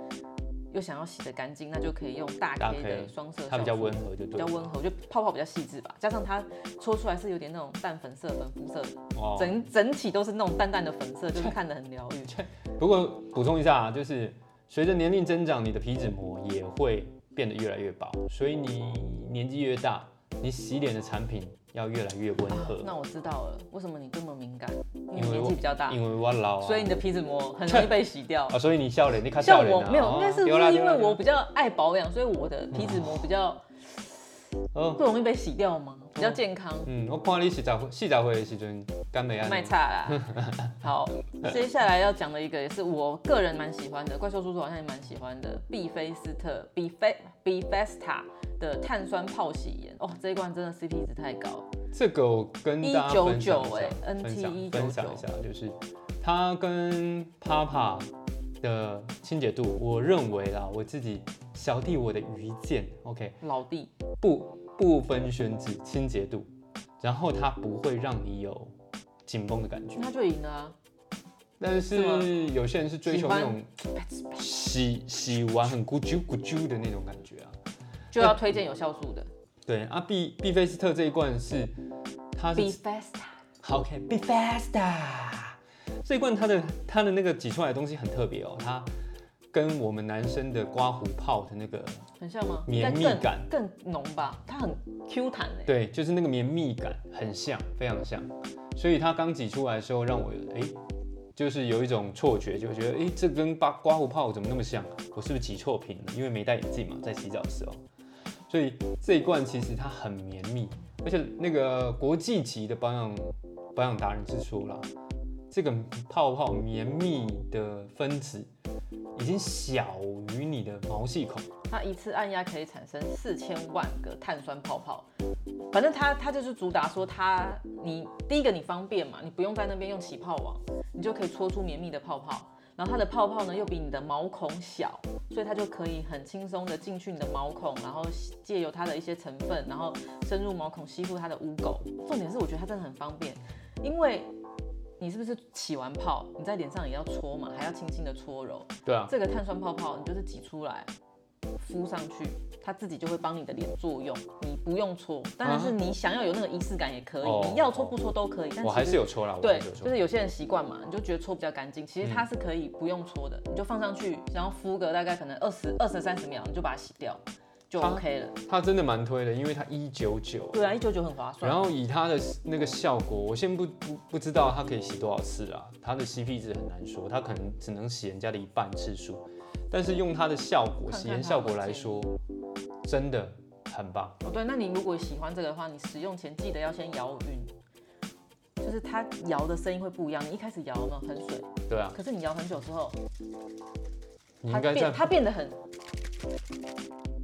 [SPEAKER 2] 又想要洗得干净，那就可以用大
[SPEAKER 1] 大
[SPEAKER 2] K
[SPEAKER 1] K，
[SPEAKER 2] 的双色酵素，
[SPEAKER 1] 它比较温和就
[SPEAKER 2] 比
[SPEAKER 1] 对
[SPEAKER 2] 较
[SPEAKER 1] 了。
[SPEAKER 2] 温和，我觉得泡泡比较细致吧，加上它搓出来是有点那种淡粉色、粉肤色的，
[SPEAKER 1] 哦
[SPEAKER 2] 整整体都是那种淡淡的粉色，就是看得很疗 愈。
[SPEAKER 1] 不过补充一下啊，就是随着年龄增长，你的皮脂膜也会变得越来越薄，所以你年纪越大，你洗脸的产品要越来越温和，
[SPEAKER 2] 啊那我知道了，为什么你这么敏感？你
[SPEAKER 1] 因为
[SPEAKER 2] 年
[SPEAKER 1] 我
[SPEAKER 2] 纪比较大，
[SPEAKER 1] 因为我老啊，
[SPEAKER 2] 所以你的皮脂膜很 容易被洗掉
[SPEAKER 1] 啊，。所以你笑脸，你看
[SPEAKER 2] 像
[SPEAKER 1] 笑脸
[SPEAKER 2] 我
[SPEAKER 1] 啊，
[SPEAKER 2] 没有，应该是不
[SPEAKER 1] 丢啦
[SPEAKER 2] 是因
[SPEAKER 1] 丢啦
[SPEAKER 2] 为
[SPEAKER 1] 丢
[SPEAKER 2] 我
[SPEAKER 1] 啦
[SPEAKER 2] 比较爱保养，所以我的皮脂膜比较
[SPEAKER 1] 哦，
[SPEAKER 2] 不容易被洗掉吗？比较健康，
[SPEAKER 1] 嗯，我看你洗澡洗澡会的时阵，干没安
[SPEAKER 2] 卖差
[SPEAKER 1] 啊
[SPEAKER 2] 啦。 好，接下来要讲的一个也是我个人蛮喜欢的，怪兽叔叔好像也蛮喜欢的，毕菲斯特比菲比菲斯塔的碳酸泡洗盐，哦，这一罐真的 CP 值太高。
[SPEAKER 1] 这个我跟大家分享一下
[SPEAKER 2] 199哎，
[SPEAKER 1] 分享
[SPEAKER 2] NT 199
[SPEAKER 1] 分享一下，就是它跟 Papa 的清洁度，我认为啦，我自己小弟我的愚见，OK，
[SPEAKER 2] 老弟，
[SPEAKER 1] 不不分轩轾，清洁度，然后它不会让你有紧绷的感觉。
[SPEAKER 2] 那就赢了啊！
[SPEAKER 1] 但
[SPEAKER 2] 是
[SPEAKER 1] 是有些人是追求那种
[SPEAKER 2] 啪呲啪呲
[SPEAKER 1] 洗洗完很咕啾咕啾的那种感觉啊。
[SPEAKER 2] 就要推荐有酵素的
[SPEAKER 1] 对啊，毕毕菲斯特这一罐是它
[SPEAKER 2] b e
[SPEAKER 1] 是
[SPEAKER 2] f a s t a
[SPEAKER 1] 好 OK Be Faster 这一罐它的它的那个挤出来的东西很特别哦，它跟我们男生的刮胡泡的那个
[SPEAKER 2] 很像吗？
[SPEAKER 1] 绵密
[SPEAKER 2] 应该
[SPEAKER 1] 感
[SPEAKER 2] 更更浓吧？它很 Q 弹哎、
[SPEAKER 1] 对，就是那个绵密感很像，非常像。所以它刚挤出来的时候，让我哎、就是有一种错觉，就觉得哎、这啊跟刮刮胡泡怎么那么像？我是不是挤错瓶了？因为没戴眼镜嘛，在洗澡的时候。所以这一罐其实它很绵密，而且那个国际级的保养保养达人是说啦，这个泡泡绵密的分子已经小于你的毛细孔。
[SPEAKER 2] 它一次按压可以产生四千万个碳酸泡泡。反正它它就是主打说它，你第一个你方便嘛，你不用在那边用起泡网，你就可以搓出绵密的泡泡。然后它的泡泡呢又比你的毛孔小，所以它就可以很轻松的进去你的毛孔，然后借由它的一些成分，然后深入毛孔吸附它的污垢。重点是我觉得它真的很方便，因为你是不是起完泡，你在脸上也要搓嘛，还要轻轻的搓揉。
[SPEAKER 1] 对啊，
[SPEAKER 2] 这个碳酸泡泡你就是挤出来，敷上去，它自己就会帮你的脸作用，你不用搓。当然是你想要有那个仪式感也可
[SPEAKER 1] 啊
[SPEAKER 2] 以，
[SPEAKER 1] 哦
[SPEAKER 2] 你要搓不搓都可以。但
[SPEAKER 1] 我
[SPEAKER 2] 其
[SPEAKER 1] 还
[SPEAKER 2] 实
[SPEAKER 1] 是有抽啦，我
[SPEAKER 2] 对
[SPEAKER 1] 还是有，嗯抽
[SPEAKER 2] 就。是有些人习惯嘛，你就觉得搓比较干净，其实它是可以不用搓的，你就放上去，然后敷个大概可能二十二十三十秒，你就把它洗掉，就
[SPEAKER 1] 它
[SPEAKER 2] OK 了。
[SPEAKER 1] 它真的蛮推的，因为它一九九。
[SPEAKER 2] 对啊，一九九很划算。
[SPEAKER 1] 然后以它的那个效果，我先不不不知道它可以洗多少次啊，它的 CP 值很难说，它可能只能洗人家的一半次数，但是用它的效果，
[SPEAKER 2] 看看
[SPEAKER 1] 洗颜效果来说，真的很棒。
[SPEAKER 2] 哦，对，那你如果喜欢这个的话，你使用前记得要先摇匀，就是它摇的声音会不一样。你一开始摇呢很水，
[SPEAKER 1] 对啊，
[SPEAKER 2] 可是你摇很久之后，
[SPEAKER 1] 你
[SPEAKER 2] 它
[SPEAKER 1] 应该
[SPEAKER 2] 变
[SPEAKER 1] 在
[SPEAKER 2] 它变得很，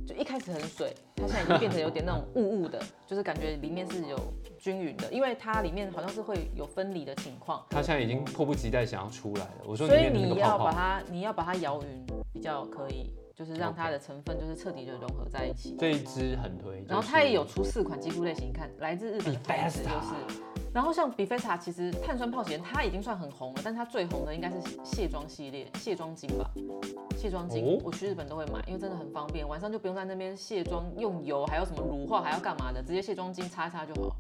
[SPEAKER 2] 就一开始很水，它现在已经变成有点那种雾雾的，就是感觉里面是有均匀的，因为它里面好像是会有分离的情况，
[SPEAKER 1] 它现在已经迫不及待想要出来了。我说里
[SPEAKER 2] 所以
[SPEAKER 1] 面的那
[SPEAKER 2] 你
[SPEAKER 1] 个
[SPEAKER 2] 要
[SPEAKER 1] 泡
[SPEAKER 2] 把
[SPEAKER 1] 泡，
[SPEAKER 2] 它你要把它摇匀，比较可以，就是让它的成分就是彻底的融合在一起。
[SPEAKER 1] 这一支很推。
[SPEAKER 2] 然
[SPEAKER 1] 就
[SPEAKER 2] 后
[SPEAKER 1] 是
[SPEAKER 2] 它也有出四款肌肤类型，你看来自日本的牌子就
[SPEAKER 1] Bifesta
[SPEAKER 2] 是。然后像 Bifesta，其实碳酸泡洗盐它已经算很红了，但它最红的应该是卸妆系列，卸妆巾吧，卸妆巾、
[SPEAKER 1] 哦
[SPEAKER 2] 我去日本都会买，因为真的很方便，晚上就不用在那边卸妆用油，还有什么乳化还要干嘛的，直接卸妆巾擦一擦就好。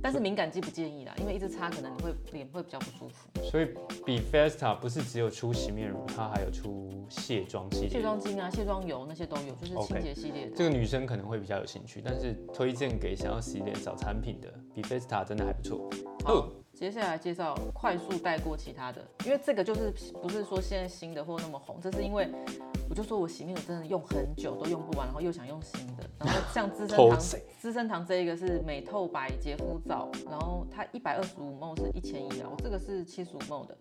[SPEAKER 2] 但是敏感肌不建议啦，因为一直擦可能你会脸会比较不舒服。
[SPEAKER 1] 所以比 Festa 不是只有出洗面乳，它还有出卸妆系列。
[SPEAKER 2] 卸妆巾啊、卸妆油那些都有，就是清
[SPEAKER 1] OK
[SPEAKER 2] 洁系列的。
[SPEAKER 1] 这个女生可能会比较有兴趣，但是推荐给想要洗脸找产品的，比 Festa 真的还不错。哦
[SPEAKER 2] 好，接下来介绍快速带过其他的，因为这个就是不是说现在新的或那么红，这是因为我就说我洗面乳真的用很久都用不完，然后又想用新的，然后像资生
[SPEAKER 1] 偷
[SPEAKER 2] 堂
[SPEAKER 1] 贼
[SPEAKER 2] 资生堂这一个是美透白洁肤皂，然后它一百二十五 ml 是一千一啊，我这个是七十五 ml 的，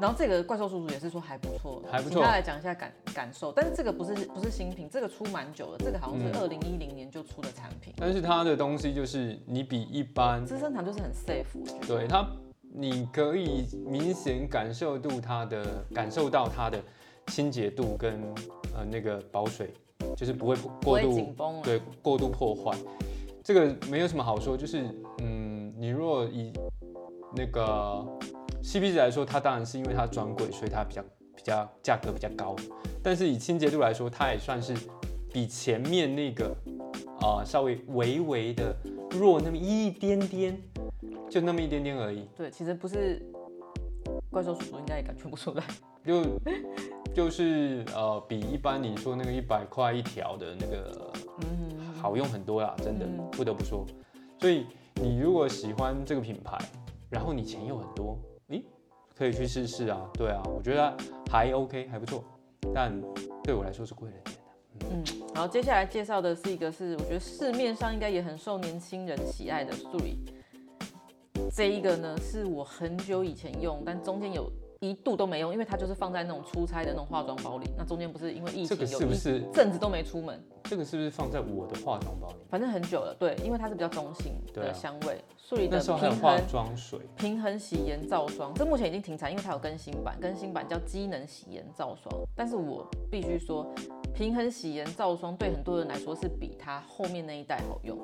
[SPEAKER 2] 然后这个怪兽叔叔也是说还不错，
[SPEAKER 1] 还不错
[SPEAKER 2] 请他来讲一下感感受，但是这个不是不是新品，这个出蛮久了，这个好像是
[SPEAKER 1] 嗯
[SPEAKER 2] 二零一零年就出的产品，
[SPEAKER 1] 但是它的东西就是你比一般，
[SPEAKER 2] 资生堂就是很 safe，我觉得。
[SPEAKER 1] 对它，你可以明显感受度它的感受到它的清洁度跟呃那个保水，就是不会
[SPEAKER 2] 不
[SPEAKER 1] 过
[SPEAKER 2] 会
[SPEAKER 1] 度
[SPEAKER 2] 紧绷了，啊
[SPEAKER 1] 对过度破坏，这个没有什么好说，就是嗯，你如果以那个 CP 值来说，它当然是因为它专柜，所以它比较比较价格比较高，但是以清洁度来说，它也算是比前面那个啊、稍微微微的弱那么一点点，就那么一点点而已，
[SPEAKER 2] 对，其实不是怪兽叔叔应该也感觉不出来。
[SPEAKER 1] 就 就是呃比一般你说那个一百块一条的那个
[SPEAKER 2] 嗯，
[SPEAKER 1] 好用很多啦，真的
[SPEAKER 2] 嗯
[SPEAKER 1] 不得不说。所以你如果喜欢这个品牌，然后你钱又很多，诶，可以去试试啊。对啊，我觉得还 OK，还不错，但对我来说是贵了一点的。
[SPEAKER 2] 好，接下来介绍的是一个是我觉得市面上应该也很受年轻人喜爱的 s u r i 这一个呢是我很久以前用，但中间有一度都没用，因为它就是放在那种出差的那种化妆包里。那中间不是因为疫
[SPEAKER 1] 这
[SPEAKER 2] 情
[SPEAKER 1] 个
[SPEAKER 2] 有
[SPEAKER 1] 是不
[SPEAKER 2] 一
[SPEAKER 1] 是
[SPEAKER 2] 阵子都没出门，
[SPEAKER 1] 这个是不是放在我的化妆包里？
[SPEAKER 2] 反正很久了。对，因为它是比较中性
[SPEAKER 1] 对啊
[SPEAKER 2] 的香味，素里
[SPEAKER 1] 那
[SPEAKER 2] 的
[SPEAKER 1] 时候还有
[SPEAKER 2] 平
[SPEAKER 1] 化
[SPEAKER 2] 衡
[SPEAKER 1] 妆水，
[SPEAKER 2] 平衡洗颜皂霜，这目前已经停产，因为它有更新版，更新版叫机能洗颜皂霜。但是我必须说，平衡洗颜皂霜对很多人来说是比它后面那一代好用，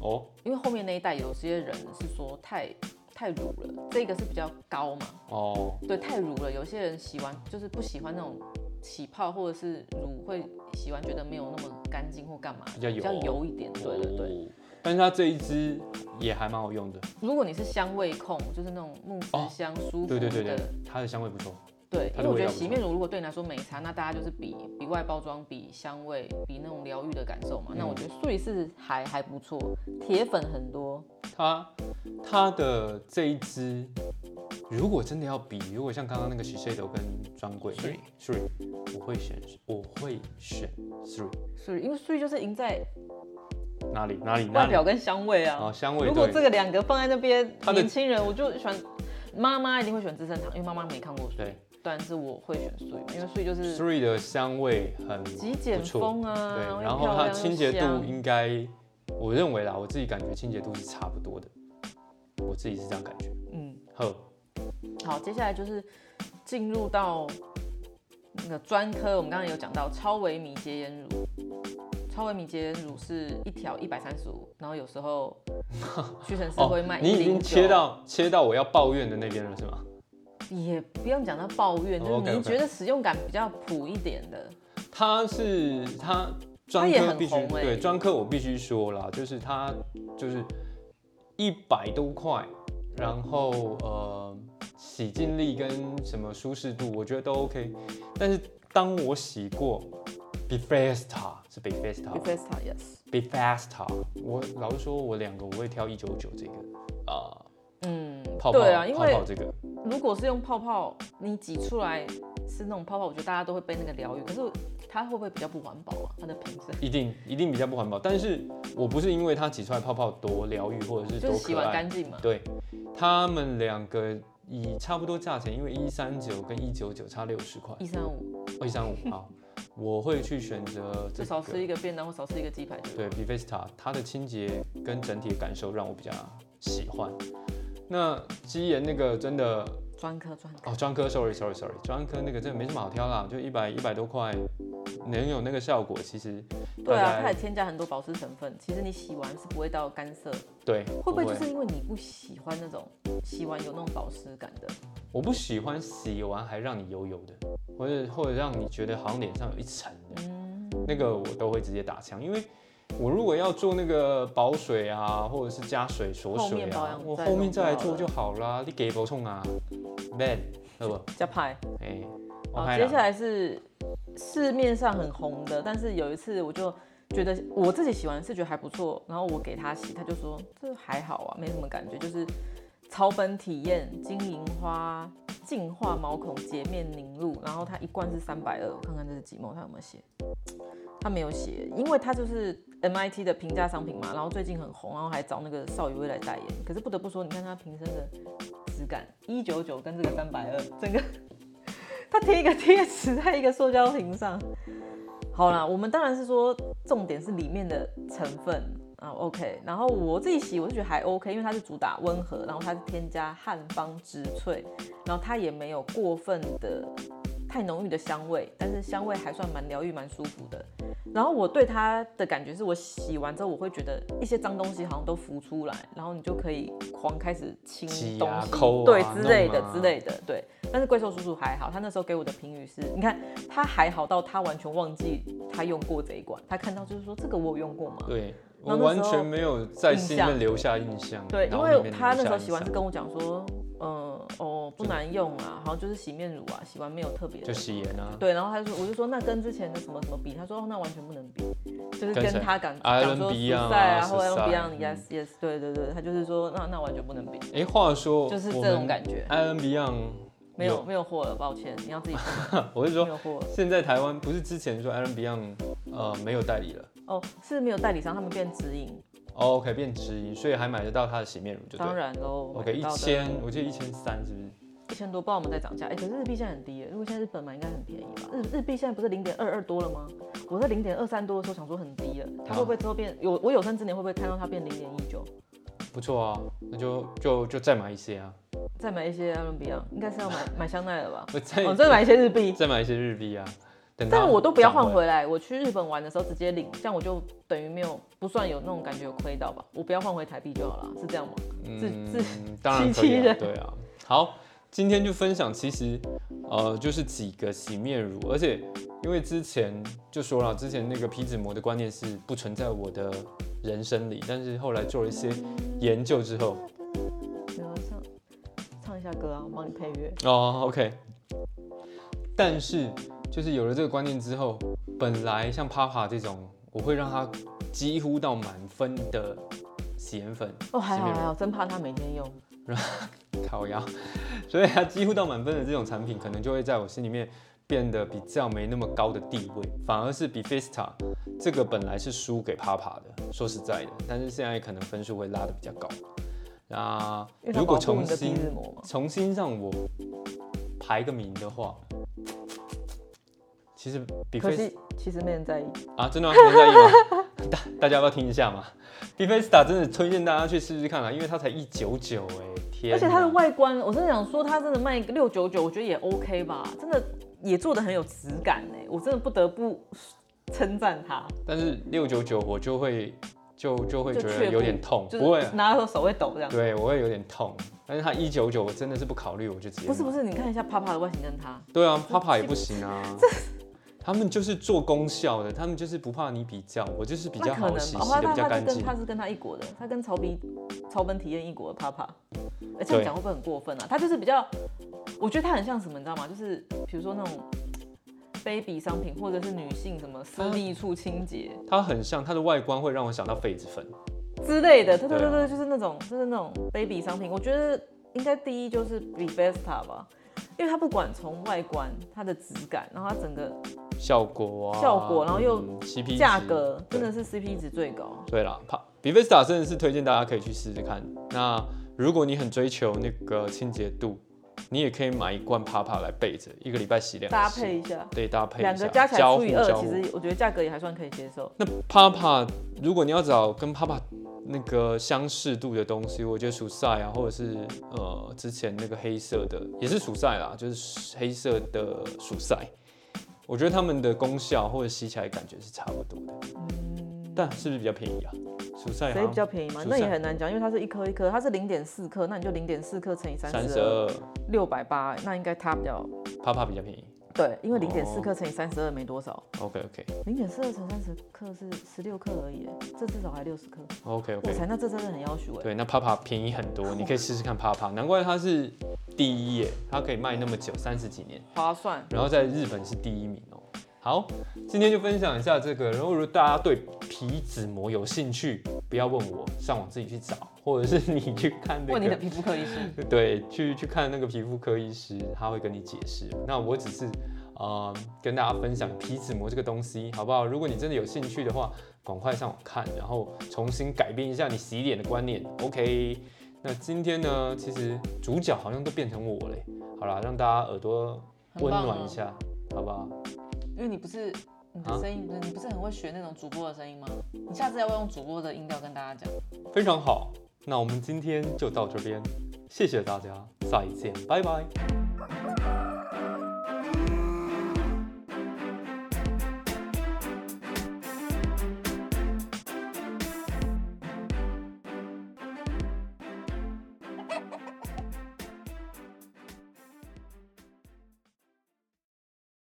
[SPEAKER 1] 哦，
[SPEAKER 2] 因为后面那一代有些人是说太太乳了，这个是比较高嘛，
[SPEAKER 1] 哦，
[SPEAKER 2] 对，太乳了，有些人洗完就是不喜欢那种起泡或者是乳会洗完觉得没有那么干净或干嘛，
[SPEAKER 1] 比较油
[SPEAKER 2] 比较油一点，对对对。
[SPEAKER 1] 哦。但是它这一支也还蛮好用的，
[SPEAKER 2] 如果你是香味控，就是那种木质
[SPEAKER 1] 哦
[SPEAKER 2] 香、舒服
[SPEAKER 1] 对
[SPEAKER 2] 的。
[SPEAKER 1] 对对对，它的香味不错。
[SPEAKER 2] 对，
[SPEAKER 1] 它的
[SPEAKER 2] 因为我
[SPEAKER 1] 味
[SPEAKER 2] 觉
[SPEAKER 1] 道
[SPEAKER 2] 得
[SPEAKER 1] 不
[SPEAKER 2] 洗
[SPEAKER 1] 错
[SPEAKER 2] 面乳如果对你来说没差，那大家就是比比外包装、比香味、比那种疗愈的感受嘛。
[SPEAKER 1] 嗯
[SPEAKER 2] 那我觉得素里是还还不错，铁粉很多，
[SPEAKER 1] 它它的这一支，如果真的要比，如果像刚刚那个 Shiseido 跟专柜
[SPEAKER 2] Shui
[SPEAKER 1] Shui，我会选，我会选 three
[SPEAKER 2] 所以因为所以就是赢在
[SPEAKER 1] 哪里哪里哪
[SPEAKER 2] 外
[SPEAKER 1] 里
[SPEAKER 2] 表跟香味啊。
[SPEAKER 1] 啊香味
[SPEAKER 2] 如果
[SPEAKER 1] 对
[SPEAKER 2] 这个两个放在那边，
[SPEAKER 1] 它的
[SPEAKER 2] 年轻人我就喜欢，妈妈一定会选资生堂，因为妈妈没看过水
[SPEAKER 1] 对，
[SPEAKER 2] 但是我会选水，因为水就是
[SPEAKER 1] three 的香味很
[SPEAKER 2] 极
[SPEAKER 1] 不
[SPEAKER 2] 简
[SPEAKER 1] 错，
[SPEAKER 2] 风啊，
[SPEAKER 1] 对，
[SPEAKER 2] 又
[SPEAKER 1] 然后
[SPEAKER 2] 漂
[SPEAKER 1] 它
[SPEAKER 2] 亮
[SPEAKER 1] 清
[SPEAKER 2] 又
[SPEAKER 1] 洁度
[SPEAKER 2] 香
[SPEAKER 1] 应该，我认为啦，我自己感觉清洁度是差不多的，我自己是这样感觉。
[SPEAKER 2] 嗯，
[SPEAKER 1] 呵，
[SPEAKER 2] 好，接下来就是进入到那个专科，我们刚刚有讲到超微米洁颜乳，超微米洁颜乳是一条一百三十五，然后有 时候屈臣氏会卖
[SPEAKER 1] 哦你已经
[SPEAKER 2] 109
[SPEAKER 1] 切到切到我要抱怨的那边了是吗？
[SPEAKER 2] 也不用讲到抱怨，
[SPEAKER 1] 哦
[SPEAKER 2] 就是你
[SPEAKER 1] OK，OK
[SPEAKER 2] 觉得使用感比较普一点的，
[SPEAKER 1] 它是它专
[SPEAKER 2] 它也
[SPEAKER 1] 科
[SPEAKER 2] 很
[SPEAKER 1] 必须、
[SPEAKER 2] 红欸
[SPEAKER 1] 对专科我必须说啦，就是它就是一百多块，然后呃洗净力跟什么舒适度我觉得都 OK，但是当我洗过 Befesta 是 Befesta 吗
[SPEAKER 2] b e s t yes，
[SPEAKER 1] Befesta，我老实说我两个我会挑一九九这个啊、
[SPEAKER 2] 嗯，
[SPEAKER 1] 泡泡
[SPEAKER 2] 对啊，因
[SPEAKER 1] 泡
[SPEAKER 2] 为
[SPEAKER 1] 泡这个
[SPEAKER 2] 如果是用泡泡，你挤出来是那种泡泡，我觉得大家都会被那个疗愈，可是它会不会比较不环保啊？它的品质。
[SPEAKER 1] 一定一定比较不环保，但是我不是因为它挤出来泡泡多疗愈或者是
[SPEAKER 2] 就
[SPEAKER 1] 多
[SPEAKER 2] 是洗
[SPEAKER 1] 可
[SPEAKER 2] 完
[SPEAKER 1] 爱
[SPEAKER 2] 干，净嘛，
[SPEAKER 1] 对，他们两个以差不多价钱，因为一三九跟一九九差六十块，
[SPEAKER 2] 一三五，
[SPEAKER 1] 一三五好，我会去选择
[SPEAKER 2] 就
[SPEAKER 1] 这
[SPEAKER 2] 少吃
[SPEAKER 1] 个。
[SPEAKER 2] 一个便当或少吃一个鸡排就好
[SPEAKER 1] 对 b i v i s t a 它的清洁跟整体的感受让我比较喜欢。那基岩那个真的
[SPEAKER 2] 专科专科
[SPEAKER 1] 哦，专科，sorry sorry sorry，专科那个真的没什么好挑啦，就一百一百多块，能有那个效果，其实
[SPEAKER 2] 对
[SPEAKER 1] 大
[SPEAKER 2] 啊，
[SPEAKER 1] 概
[SPEAKER 2] 它也添加很多保湿成分。其实你洗完是不会到干涩，
[SPEAKER 1] 对，
[SPEAKER 2] 会不会就是因为你不喜欢那种洗完有那种保湿感的？
[SPEAKER 1] 我不喜欢洗完还让你油油的，或者或者让你觉得好像脸上有一层的。
[SPEAKER 2] 嗯，
[SPEAKER 1] 那个我都会直接打枪，因为我如果要做那个保水啊，或者是加水锁
[SPEAKER 2] 后
[SPEAKER 1] 水
[SPEAKER 2] 面保
[SPEAKER 1] 啊
[SPEAKER 2] 养，
[SPEAKER 1] 我
[SPEAKER 2] 再
[SPEAKER 1] 后面
[SPEAKER 2] 弄
[SPEAKER 1] 再来
[SPEAKER 2] 就好
[SPEAKER 1] 做
[SPEAKER 2] 了
[SPEAKER 1] 就好啦。你给不冲啊，man，对不？
[SPEAKER 2] 加派。
[SPEAKER 1] 哎、我
[SPEAKER 2] 好，
[SPEAKER 1] 拍
[SPEAKER 2] 哦接
[SPEAKER 1] 了
[SPEAKER 2] 下来是市面上很红的，但是有一次我就觉得我自己洗完是觉得还不错，然后我给他洗，他就说这还好啊，没什么感觉，就是草本体验金银花净化毛孔洁面凝露，然后它一罐是三百二，我看看这是几毛，它有没有写？他没有写，因为它就是 MIT 的平价商品嘛，然后最近很红，然后还找那个邵雨薇来代言。可是不得不说，你看它瓶身的质感，一九九跟这个三百二，整个它贴一个贴纸在一个塑胶瓶上。好啦，我们当然是说重点是里面的成分啊，OK。然后我自己洗，我就觉得还 OK，因为它是主打温和，然后它是添加汉方植萃，然后它也没有过分的太浓郁的香味，但是香味还算蛮疗愈、蛮舒服的。然后我对它的感觉是我洗完之后，我会觉得一些脏东西好像都浮出来，然后你就可以狂开始清
[SPEAKER 1] 挤
[SPEAKER 2] 东
[SPEAKER 1] 啊
[SPEAKER 2] 西，
[SPEAKER 1] 抠啊
[SPEAKER 2] 对之类的、
[SPEAKER 1] 弄啊
[SPEAKER 2] 之类的，对。但是怪兽叔叔还好，他那时候给我的评语是，你看他还好到他完全忘记他用过这一罐，他看到就是说这个我有用过吗？
[SPEAKER 1] 对，我
[SPEAKER 2] 然后那
[SPEAKER 1] 完
[SPEAKER 2] 时候
[SPEAKER 1] 全没有在心里
[SPEAKER 2] 印象
[SPEAKER 1] 面留下印象。
[SPEAKER 2] 对，因
[SPEAKER 1] 脑里
[SPEAKER 2] 为
[SPEAKER 1] 面
[SPEAKER 2] 他
[SPEAKER 1] 留
[SPEAKER 2] 那时候
[SPEAKER 1] 下
[SPEAKER 2] 洗完
[SPEAKER 1] 印象
[SPEAKER 2] 是跟我讲说，嗯，哦，不难用啊，好像就是洗面乳啊，洗完没有特别的
[SPEAKER 1] 就洗盐啊，
[SPEAKER 2] 对，然后他就说，我就说那跟之前的什么什么比，他说、哦、那完全不能比，就是
[SPEAKER 1] 跟
[SPEAKER 2] 跟
[SPEAKER 1] 谁
[SPEAKER 2] 他讲
[SPEAKER 1] 啊
[SPEAKER 2] 讲说
[SPEAKER 1] Alan Beyond
[SPEAKER 2] 赛啊，
[SPEAKER 1] 啊
[SPEAKER 2] 或者用
[SPEAKER 1] Susai，嗯
[SPEAKER 2] Beyond，yes yes，对对对，他就是说那那完全不能比，
[SPEAKER 1] 哎、话说
[SPEAKER 2] 就是
[SPEAKER 1] 我
[SPEAKER 2] 这种
[SPEAKER 1] 们
[SPEAKER 2] 感觉
[SPEAKER 1] I N Beyond
[SPEAKER 2] 没有没有货了，抱歉，你 要自己去
[SPEAKER 1] 有，我是
[SPEAKER 2] 买没
[SPEAKER 1] 说
[SPEAKER 2] 有货了。
[SPEAKER 1] 现在台湾不是之前说 I N Beyond 呃没有代理了、
[SPEAKER 2] 哦，是没有代理商，他们变直营，
[SPEAKER 1] 哦、，OK 变直营，所以还买得到它的洗面乳就对
[SPEAKER 2] 当
[SPEAKER 1] 了。
[SPEAKER 2] 然喽
[SPEAKER 1] OK 一千，我记得一千三是不是？
[SPEAKER 2] 一千多，不知道我们在涨价。哎、可是日币现在很低耶，如果现在日本买应该很便宜吧？嗯日日币现在不是零点二二多了吗？我在零点二三多的时候想说很低了，它
[SPEAKER 1] 啊
[SPEAKER 2] 会不会之后变有我有生之年会不会看到它变零点一九？
[SPEAKER 1] 不错啊，那就就就再买一些啊，
[SPEAKER 2] 再买一些阿伦比亚，啊应该是要买买香奈儿 吧？
[SPEAKER 1] 我再、
[SPEAKER 2] 哦，再买一些日 币，
[SPEAKER 1] 再买一些日币啊。等它
[SPEAKER 2] 但我都不要换
[SPEAKER 1] 涨回来。
[SPEAKER 2] 回来。我去日本玩的时候直接领，这样我就等于没有不算有那种感觉有亏到吧？我不要换回台币就好了，是这样吗？自自
[SPEAKER 1] 嗯，当然可
[SPEAKER 2] 欺欺
[SPEAKER 1] 以、啊
[SPEAKER 2] 人，
[SPEAKER 1] 对啊。好，今天就分享，其实呃就是几个洗面乳，而且因为之前就说了，之前那个皮脂膜的观念是不存在我的人生里，但是后来做了一些研究之后，
[SPEAKER 2] 没有唱唱一下歌啊，我帮你配乐。
[SPEAKER 1] 哦，OK。但是就是有了这个观念之后，本来像 Papa 这种，我会让它几乎到满分的洗颜粉，
[SPEAKER 2] 哦，还好
[SPEAKER 1] 洗面乳
[SPEAKER 2] 还好，真怕他每天用。
[SPEAKER 1] 烤鸭，所以它几乎到满分的这种产品，可能就会在我心里面变得比较没那么高的地位，反而是比 Vista 这个本来是输给 Papa 的，说实在的，但是现在可能分数会拉得比较高。那
[SPEAKER 2] 因为它
[SPEAKER 1] 如果
[SPEAKER 2] 保护
[SPEAKER 1] 重
[SPEAKER 2] 你的
[SPEAKER 1] 新
[SPEAKER 2] 鼻子膜嘛，
[SPEAKER 1] 重新让我排个名的话，其实比
[SPEAKER 2] 可
[SPEAKER 1] Vista
[SPEAKER 2] 惜其实没人在意。
[SPEAKER 1] 啊，真的吗？没人在意吗？ 大大家要不要听一下嘛？比 Vista 真的推荐大家去试试看啦，啊因为它才一九九哎，天哪！
[SPEAKER 2] 而且它的外观，我真的想说，它真的卖六九九，我觉得也 OK 吧，真的也做的很有质感哎、我真的不得不称赞它，
[SPEAKER 1] 但是六九九我就会就就会
[SPEAKER 2] 就
[SPEAKER 1] 觉
[SPEAKER 2] 却
[SPEAKER 1] 得
[SPEAKER 2] 步
[SPEAKER 1] 有点痛，
[SPEAKER 2] 就
[SPEAKER 1] 不会啊
[SPEAKER 2] 是，嗯拿到手会抖这样。
[SPEAKER 1] 对我会有点痛。但是它一九九我真的是不考虑，我就直接
[SPEAKER 2] 不是不
[SPEAKER 1] 是，
[SPEAKER 2] 是，你看一下啪啪的外形跟它，
[SPEAKER 1] 对啊，Papa 也不行 啊。他们就是做功效的，他们就是不怕你比较，我就是比
[SPEAKER 2] 那
[SPEAKER 1] 较
[SPEAKER 2] 可
[SPEAKER 1] 好
[SPEAKER 2] 能
[SPEAKER 1] 洗，
[SPEAKER 2] 吧？
[SPEAKER 1] 洗
[SPEAKER 2] 哦
[SPEAKER 1] 的
[SPEAKER 2] 它
[SPEAKER 1] 比较
[SPEAKER 2] 它它
[SPEAKER 1] 干
[SPEAKER 2] 是
[SPEAKER 1] 净
[SPEAKER 2] 跟。它是跟它一国的，它跟潮鼻潮本体验一国的啪啪。哎，这样
[SPEAKER 1] 对
[SPEAKER 2] 讲会不会很过分啊？它就是比较，我觉得它很像什么，你知道吗？就是比如说那种 baby 商品，或者是女性什么
[SPEAKER 1] 啊
[SPEAKER 2] 私密处清洁。
[SPEAKER 1] 它很像，它的外观会让我想到痱子粉。
[SPEAKER 2] 之类的，对对
[SPEAKER 1] 对
[SPEAKER 2] 对
[SPEAKER 1] 啊
[SPEAKER 2] 对，就是那种就是那种 baby 商品，我觉得应该第一就是比 Vesta 吧，因为它不管从外观、它的质感，然后它整个
[SPEAKER 1] 效果啊，
[SPEAKER 2] 效果然后又
[SPEAKER 1] 嗯 CP 值
[SPEAKER 2] 价格，真
[SPEAKER 1] 对
[SPEAKER 2] 的是 CP 值最高。
[SPEAKER 1] 对啦，帕比 Vista 真的是推荐大家可以去试试看。那如果你很追求那个清洁度，你也可以买一罐 Papa 来备着，一个礼拜洗两次，
[SPEAKER 2] 搭配一下，
[SPEAKER 1] 对搭配一下
[SPEAKER 2] 两个加起来
[SPEAKER 1] 交
[SPEAKER 2] 除
[SPEAKER 1] 互
[SPEAKER 2] 以二，
[SPEAKER 1] 交
[SPEAKER 2] 其
[SPEAKER 1] 互
[SPEAKER 2] 实我觉得价格也还算可以接受。
[SPEAKER 1] 那 Papa 如果你要找跟 Papa 那个相似度的东西，我觉得鼠赛啊，或者是呃之前那个黑色的也是鼠赛啦，就是黑色的鼠赛，我觉得他们的功效或者洗起来感觉是差不多的，
[SPEAKER 2] 嗯，
[SPEAKER 1] 但是不是比较便宜啊？鼠赛好
[SPEAKER 2] 谁
[SPEAKER 1] 像
[SPEAKER 2] 比较便宜嘛？
[SPEAKER 1] 蔬
[SPEAKER 2] 那也
[SPEAKER 1] 菜
[SPEAKER 2] 很难讲，因为它是一颗一颗，它是零点四克，那你就零点四克乘以三
[SPEAKER 1] 三
[SPEAKER 2] 十
[SPEAKER 1] 十
[SPEAKER 2] 二，
[SPEAKER 1] 二，
[SPEAKER 2] 六百八，那应该它比较
[SPEAKER 1] 啪啪比较便宜。
[SPEAKER 2] 对，因为零点四
[SPEAKER 1] 哦
[SPEAKER 2] 克乘以三十二没多少，
[SPEAKER 1] OK OK
[SPEAKER 2] 零点四二乘三十克是十六克而已耶，这至少还六十克。
[SPEAKER 1] OK
[SPEAKER 2] 我
[SPEAKER 1] OK，
[SPEAKER 2] 才那这真的很要求哎。
[SPEAKER 1] 对，那啪啪便宜很多，你可以试试看啪啪，难怪它是第一耶，它可以卖那么久，三十几年，
[SPEAKER 2] 划算，
[SPEAKER 1] 然后在日本是第一名哦。好，今天就分享一下这个，然后如果大家对皮脂膜有兴趣，不要问我，上网自己去找，或者是你去看那
[SPEAKER 2] 问你的
[SPEAKER 1] 个。
[SPEAKER 2] 皮肤科医师。
[SPEAKER 1] 对，去去看那个皮肤科医师，他会跟你解释。那我只是，呃，跟大家分享皮脂膜这个东西，好不好？如果你真的有兴趣的话，赶快上网看，然后重新改变一下你洗脸的观念。OK，那今天呢，其实主角好像都变成我嘞。好啦，让大家耳朵
[SPEAKER 2] 很
[SPEAKER 1] 温
[SPEAKER 2] 棒
[SPEAKER 1] 暖
[SPEAKER 2] 啊
[SPEAKER 1] 一下，好不好？
[SPEAKER 2] 因为你不是你的
[SPEAKER 1] 啊
[SPEAKER 2] 声音不是你不是很会学那种主播的声音吗？你下次要不要用主播的音调跟大家讲？
[SPEAKER 1] 非常好，那我们今天就到这边，谢谢大家，再见，拜拜。